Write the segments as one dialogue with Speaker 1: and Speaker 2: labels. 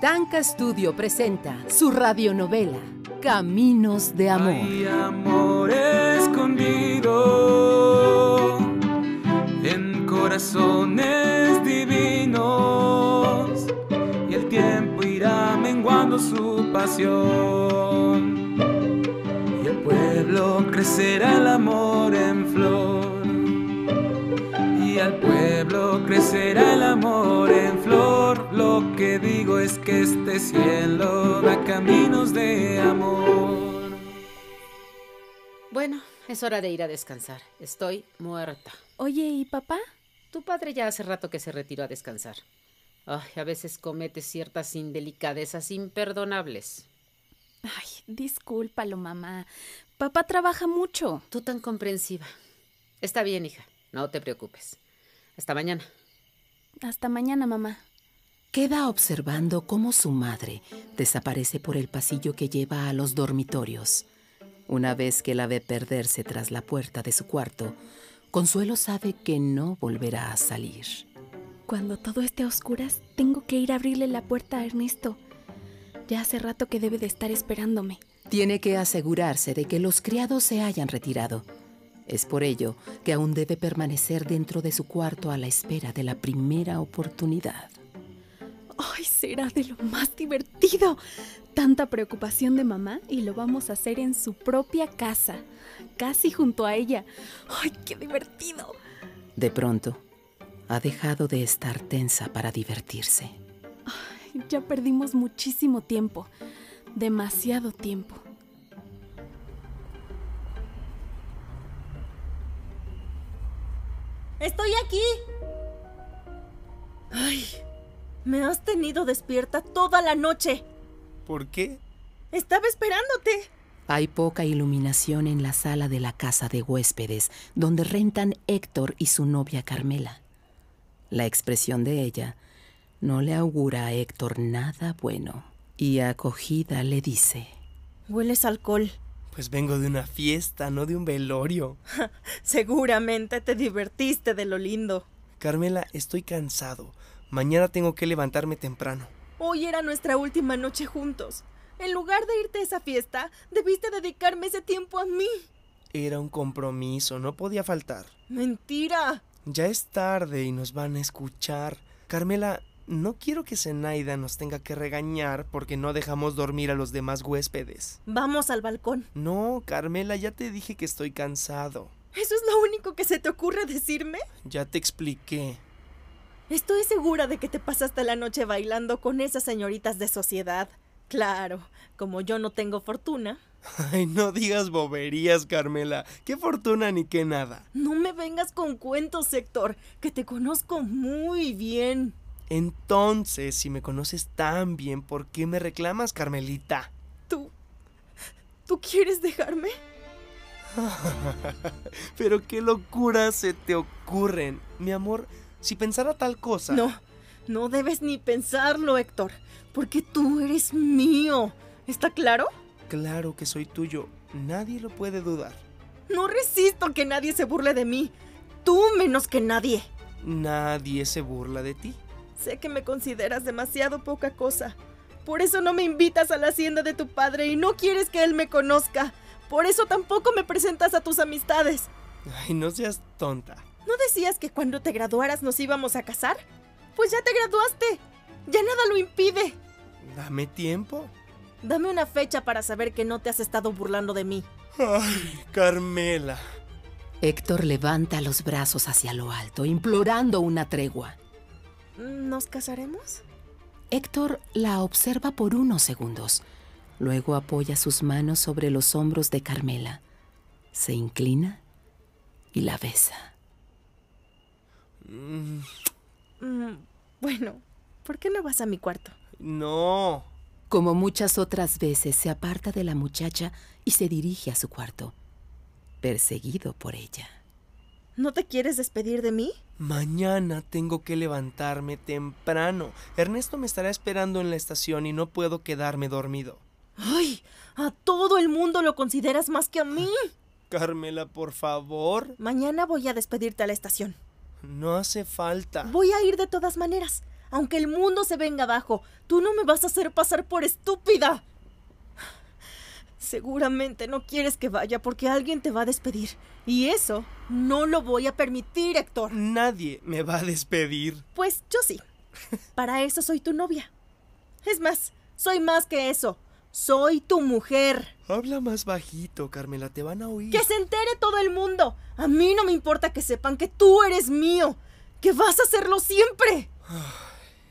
Speaker 1: Tanca Studio presenta su radionovela Caminos de Amor.
Speaker 2: Hay amor escondido en corazones divinos y el tiempo irá menguando su pasión y el pueblo crecerá el amor en flor y al pueblo crecerá el amor en flor lo que digo es que este cielo da caminos de amor
Speaker 1: Bueno, es hora de ir a descansar. Estoy muerta.
Speaker 3: Oye, ¿y papá?
Speaker 1: Tu padre ya hace rato que se retiró a descansar. Ay, a veces comete ciertas indelicadezas imperdonables.
Speaker 3: Ay, discúlpalo, mamá. Papá trabaja mucho.
Speaker 1: Tú tan comprensiva. Está bien, hija. No te preocupes. Hasta mañana.
Speaker 3: Hasta mañana, mamá.
Speaker 4: Queda observando cómo su madre desaparece por el pasillo que lleva a los dormitorios. Una vez que la ve perderse tras la puerta de su cuarto, Consuelo sabe que no volverá a salir.
Speaker 3: Cuando todo esté a oscuras, tengo que ir a abrirle la puerta a Ernesto. Ya hace rato que debe de estar esperándome.
Speaker 4: Tiene que asegurarse de que los criados se hayan retirado. Es por ello que aún debe permanecer dentro de su cuarto a la espera de la primera oportunidad.
Speaker 3: Ay, será de lo más divertido. Tanta preocupación de mamá y lo vamos a hacer en su propia casa, casi junto a ella. Ay, qué divertido.
Speaker 4: De pronto, ha dejado de estar tensa para divertirse.
Speaker 3: Ay, ya perdimos muchísimo tiempo, demasiado tiempo.
Speaker 5: ¡Estoy aquí! ¡Ay! Me has tenido despierta toda la noche.
Speaker 6: ¿Por qué?
Speaker 5: Estaba esperándote.
Speaker 4: Hay poca iluminación en la sala de la casa de huéspedes, donde rentan Héctor y su novia Carmela. La expresión de ella no le augura a Héctor nada bueno, y acogida le dice,
Speaker 5: Hueles a alcohol.
Speaker 6: Pues vengo de una fiesta, no de un velorio.
Speaker 5: Seguramente te divertiste de lo lindo.
Speaker 6: Carmela, estoy cansado. Mañana tengo que levantarme temprano.
Speaker 5: Hoy era nuestra última noche juntos. En lugar de irte a esa fiesta, debiste dedicarme ese tiempo a mí.
Speaker 6: Era un compromiso, no podía faltar.
Speaker 5: Mentira.
Speaker 6: Ya es tarde y nos van a escuchar. Carmela, no quiero que Zenaida nos tenga que regañar porque no dejamos dormir a los demás huéspedes.
Speaker 5: Vamos al balcón.
Speaker 6: No, Carmela, ya te dije que estoy cansado.
Speaker 5: ¿Eso es lo único que se te ocurre decirme?
Speaker 6: Ya te expliqué.
Speaker 5: Estoy segura de que te pasaste la noche bailando con esas señoritas de sociedad. Claro, como yo no tengo fortuna.
Speaker 6: Ay, no digas boberías, Carmela. Qué fortuna ni qué nada.
Speaker 5: No me vengas con cuentos, Héctor, que te conozco muy bien.
Speaker 6: Entonces, si me conoces tan bien, ¿por qué me reclamas, Carmelita?
Speaker 5: ¿Tú? ¿Tú quieres dejarme?
Speaker 6: Pero qué locuras se te ocurren. Mi amor, si pensara tal cosa.
Speaker 5: No, no debes ni pensarlo, Héctor, porque tú eres mío. ¿Está claro?
Speaker 6: Claro que soy tuyo. Nadie lo puede dudar.
Speaker 5: No resisto que nadie se burle de mí. Tú menos que nadie.
Speaker 6: Nadie se burla de ti.
Speaker 5: Sé que me consideras demasiado poca cosa. Por eso no me invitas a la hacienda de tu padre y no quieres que él me conozca. Por eso tampoco me presentas a tus amistades.
Speaker 6: Ay, no seas tonta.
Speaker 5: ¿No decías que cuando te graduaras nos íbamos a casar? Pues ya te graduaste. Ya nada lo impide.
Speaker 6: Dame tiempo.
Speaker 5: Dame una fecha para saber que no te has estado burlando de mí.
Speaker 6: Ay, Carmela.
Speaker 4: Héctor levanta los brazos hacia lo alto, implorando una tregua.
Speaker 5: ¿Nos casaremos?
Speaker 4: Héctor la observa por unos segundos. Luego apoya sus manos sobre los hombros de Carmela. Se inclina y la besa.
Speaker 6: Mm,
Speaker 5: Mm, bueno, ¿por qué no vas a mi cuarto?
Speaker 6: No.
Speaker 4: Como muchas otras veces, se aparta de la muchacha y se dirige a su cuarto, perseguido por ella.
Speaker 5: ¿No te quieres despedir de mí?
Speaker 6: Mañana tengo que levantarme temprano. Ernesto me estará esperando en la estación y no puedo quedarme dormido.
Speaker 5: ¡Ay! A todo el mundo lo consideras más que a mí.
Speaker 6: Carmela, por favor.
Speaker 5: Mañana voy a despedirte a la estación.
Speaker 6: No hace falta.
Speaker 5: Voy a ir de todas maneras. Aunque el mundo se venga abajo, tú no me vas a hacer pasar por estúpida. Seguramente no quieres que vaya porque alguien te va a despedir. Y eso no lo voy a permitir, Héctor.
Speaker 6: Nadie me va a despedir.
Speaker 5: Pues yo sí. Para eso soy tu novia. Es más, soy más que eso. Soy tu mujer.
Speaker 6: Habla más bajito, Carmela, te van a oír.
Speaker 5: Que se entere todo el mundo. A mí no me importa que sepan que tú eres mío. Que vas a hacerlo siempre.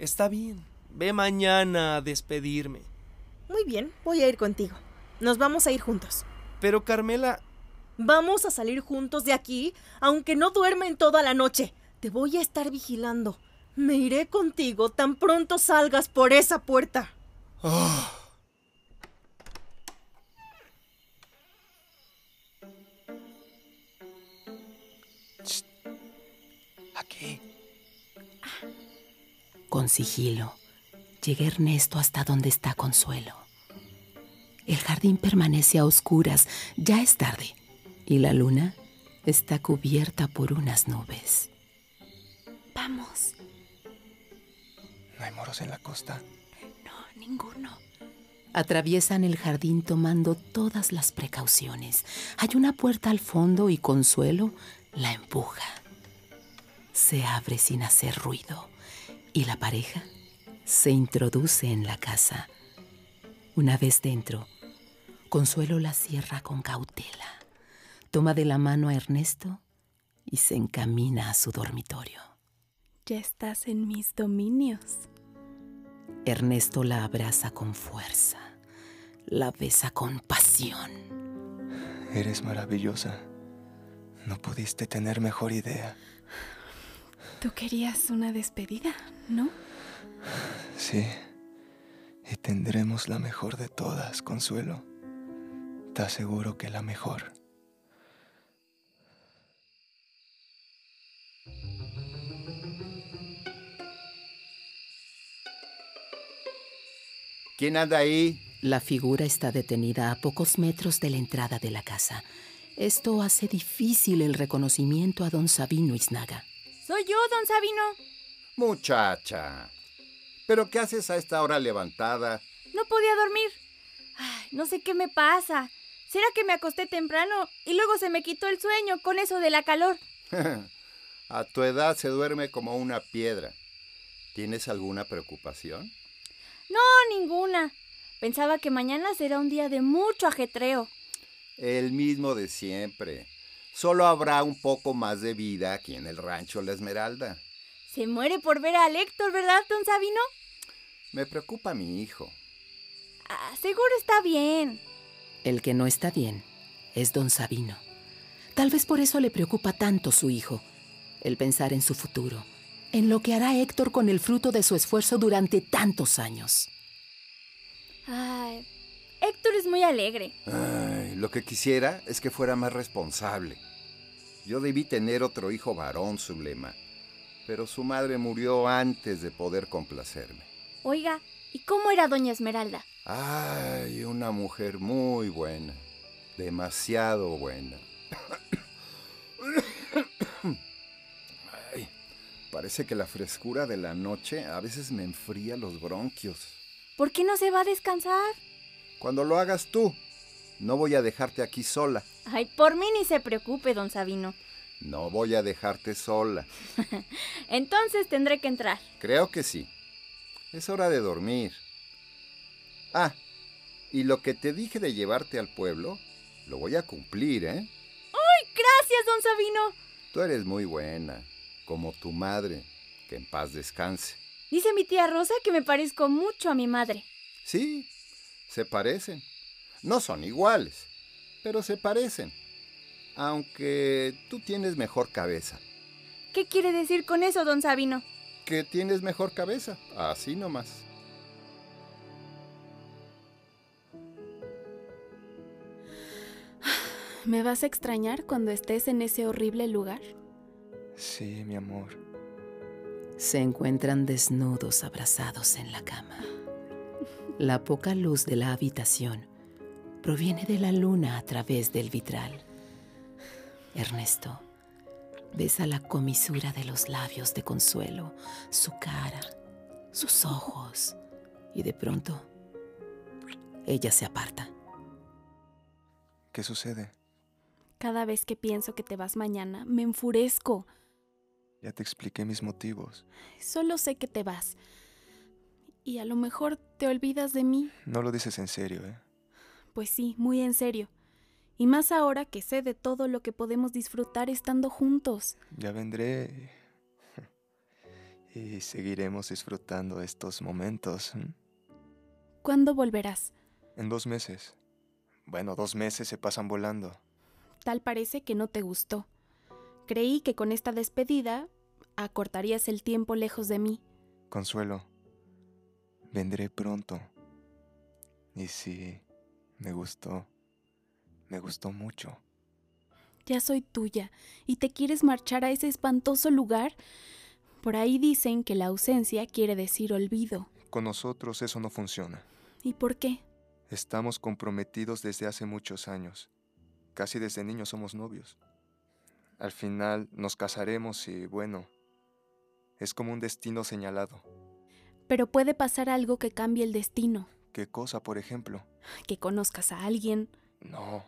Speaker 6: Está bien. Ve mañana a despedirme.
Speaker 5: Muy bien, voy a ir contigo. Nos vamos a ir juntos.
Speaker 6: Pero Carmela,
Speaker 5: Vamos a salir juntos de aquí, aunque no duermen toda la noche. Te voy a estar vigilando. Me iré contigo tan pronto salgas por esa puerta.
Speaker 6: oh. aquí.
Speaker 4: Con sigilo, llega Ernesto hasta donde está Consuelo. El jardín permanece a oscuras, ya es tarde, y la luna está cubierta por unas nubes.
Speaker 3: Vamos.
Speaker 6: ¿No hay moros en la costa?
Speaker 3: No, ninguno.
Speaker 4: Atraviesan el jardín tomando todas las precauciones. Hay una puerta al fondo y Consuelo la empuja. Se abre sin hacer ruido y la pareja se introduce en la casa. Una vez dentro, Consuelo la cierra con cautela, toma de la mano a Ernesto y se encamina a su dormitorio.
Speaker 3: Ya estás en mis dominios.
Speaker 4: Ernesto la abraza con fuerza, la besa con pasión.
Speaker 7: Eres maravillosa. No pudiste tener mejor idea.
Speaker 3: Tú querías una despedida, ¿no?
Speaker 7: Sí. Y tendremos la mejor de todas, Consuelo. Te aseguro que la mejor.
Speaker 8: ¿Quién anda ahí?
Speaker 4: La figura está detenida a pocos metros de la entrada de la casa. Esto hace difícil el reconocimiento a don Sabino Iznaga.
Speaker 9: Soy yo, don Sabino.
Speaker 8: Muchacha. ¿Pero qué haces a esta hora levantada?
Speaker 9: No podía dormir. Ay, no sé qué me pasa. ¿Será que me acosté temprano y luego se me quitó el sueño con eso de la calor?
Speaker 8: a tu edad se duerme como una piedra. ¿Tienes alguna preocupación?
Speaker 9: No, ninguna. Pensaba que mañana será un día de mucho ajetreo.
Speaker 8: El mismo de siempre. Solo habrá un poco más de vida aquí en el rancho La Esmeralda.
Speaker 9: Se muere por ver a Héctor, ¿verdad, don Sabino?
Speaker 8: Me preocupa mi hijo.
Speaker 9: Ah, seguro está bien.
Speaker 4: El que no está bien es don Sabino. Tal vez por eso le preocupa tanto su hijo, el pensar en su futuro, en lo que hará Héctor con el fruto de su esfuerzo durante tantos años.
Speaker 9: Ay, Héctor es muy alegre.
Speaker 8: Ay, lo que quisiera es que fuera más responsable. Yo debí tener otro hijo varón, Zulema, pero su madre murió antes de poder complacerme.
Speaker 9: Oiga, ¿y cómo era doña Esmeralda?
Speaker 8: Ay, una mujer muy buena, demasiado buena. Ay, parece que la frescura de la noche a veces me enfría los bronquios.
Speaker 9: ¿Por qué no se va a descansar?
Speaker 8: Cuando lo hagas tú, no voy a dejarte aquí sola.
Speaker 9: Ay, por mí ni se preocupe, don Sabino.
Speaker 8: No voy a dejarte sola.
Speaker 9: Entonces tendré que entrar.
Speaker 8: Creo que sí. Es hora de dormir. Ah, y lo que te dije de llevarte al pueblo, lo voy a cumplir, ¿eh?
Speaker 9: ¡Ay, gracias, don Sabino!
Speaker 8: Tú eres muy buena, como tu madre, que en paz descanse.
Speaker 9: Dice mi tía Rosa que me parezco mucho a mi madre.
Speaker 8: Sí, se parecen. No son iguales, pero se parecen. Aunque tú tienes mejor cabeza.
Speaker 9: ¿Qué quiere decir con eso, don Sabino?
Speaker 8: Que tienes mejor cabeza, así nomás.
Speaker 3: ¿Me vas a extrañar cuando estés en ese horrible lugar?
Speaker 7: Sí, mi amor.
Speaker 4: Se encuentran desnudos abrazados en la cama. La poca luz de la habitación proviene de la luna a través del vitral. Ernesto besa la comisura de los labios de Consuelo, su cara, sus ojos, y de pronto ella se aparta.
Speaker 9: ¿Qué sucede?
Speaker 3: Cada vez que pienso que te vas mañana, me enfurezco.
Speaker 9: Ya te expliqué mis motivos.
Speaker 3: Solo sé que te vas. Y a lo mejor te olvidas de mí.
Speaker 9: No lo dices en serio, ¿eh?
Speaker 3: Pues sí, muy en serio. Y más ahora que sé de todo lo que podemos disfrutar estando juntos.
Speaker 9: Ya vendré y, y seguiremos disfrutando estos momentos. ¿m?
Speaker 3: ¿Cuándo volverás?
Speaker 9: En dos meses. Bueno, dos meses se pasan volando.
Speaker 3: Tal parece que no te gustó. Creí que con esta despedida acortarías el tiempo lejos de mí.
Speaker 9: Consuelo, vendré pronto. Y sí, me gustó. Me gustó mucho.
Speaker 3: Ya soy tuya. ¿Y te quieres marchar a ese espantoso lugar? Por ahí dicen que la ausencia quiere decir olvido.
Speaker 9: Con nosotros eso no funciona.
Speaker 3: ¿Y por qué?
Speaker 9: Estamos comprometidos desde hace muchos años. Casi desde niños somos novios. Al final nos casaremos y bueno, es como un destino señalado.
Speaker 3: Pero puede pasar algo que cambie el destino.
Speaker 9: ¿Qué cosa, por ejemplo?
Speaker 3: Que conozcas a alguien.
Speaker 9: No.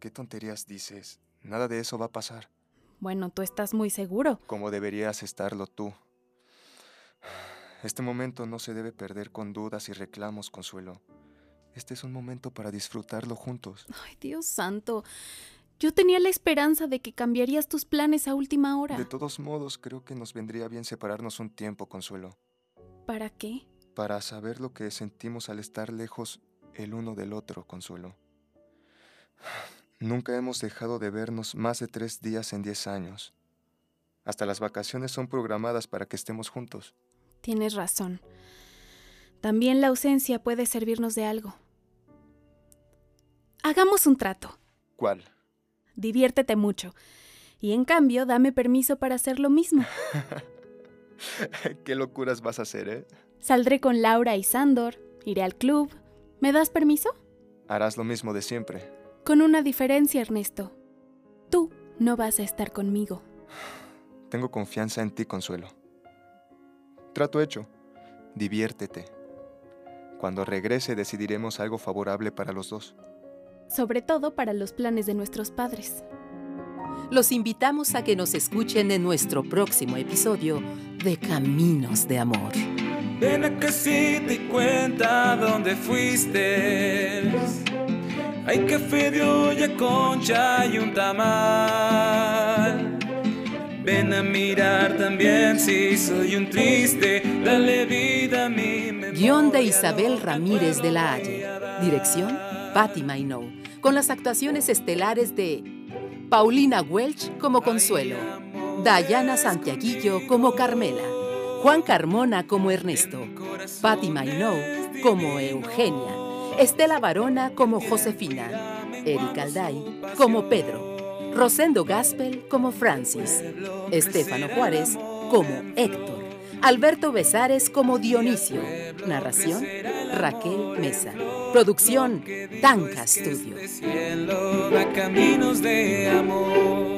Speaker 9: ¿Qué tonterías dices? Nada de eso va a pasar.
Speaker 3: Bueno, tú estás muy seguro.
Speaker 9: Como deberías estarlo tú. Este momento no se debe perder con dudas y reclamos, Consuelo. Este es un momento para disfrutarlo juntos.
Speaker 3: Ay, Dios santo. Yo tenía la esperanza de que cambiarías tus planes a última hora.
Speaker 9: De todos modos, creo que nos vendría bien separarnos un tiempo, Consuelo.
Speaker 3: ¿Para qué?
Speaker 9: Para saber lo que sentimos al estar lejos el uno del otro, Consuelo. Nunca hemos dejado de vernos más de tres días en diez años. Hasta las vacaciones son programadas para que estemos juntos.
Speaker 3: Tienes razón. También la ausencia puede servirnos de algo. Hagamos un trato.
Speaker 9: ¿Cuál?
Speaker 3: Diviértete mucho. Y en cambio, dame permiso para hacer lo mismo.
Speaker 9: ¿Qué locuras vas a hacer, eh?
Speaker 3: Saldré con Laura y Sandor, iré al club. ¿Me das permiso?
Speaker 9: Harás lo mismo de siempre.
Speaker 3: Con una diferencia, Ernesto. Tú no vas a estar conmigo.
Speaker 9: Tengo confianza en ti, Consuelo. Trato hecho. Diviértete. Cuando regrese decidiremos algo favorable para los dos.
Speaker 3: Sobre todo para los planes de nuestros padres.
Speaker 4: Los invitamos a que nos escuchen en nuestro próximo episodio de Caminos de Amor.
Speaker 2: Ven a casita y cuenta dónde fuiste. Hay café de olla, concha y un tamal. Ven a mirar también si soy un triste. Dale vida a mi memoria.
Speaker 4: Guión de Isabel Ramírez de la Halle. Dirección, Patti Mainou. Con las actuaciones estelares de Paulina Welch como Consuelo, Dayana Santiaguillo como Carmela, Juan Carmona como Ernesto, Patti Mainou como Eugenia, Estela Barona como Josefina, Eric Alday como Pedro, Rosendo Gaspel como Francis, Estefano Juárez como Héctor, Alberto Besares como Dionisio, narración Raquel Mesa, producción Tanca Studio.
Speaker 2: cielo da caminos de amor.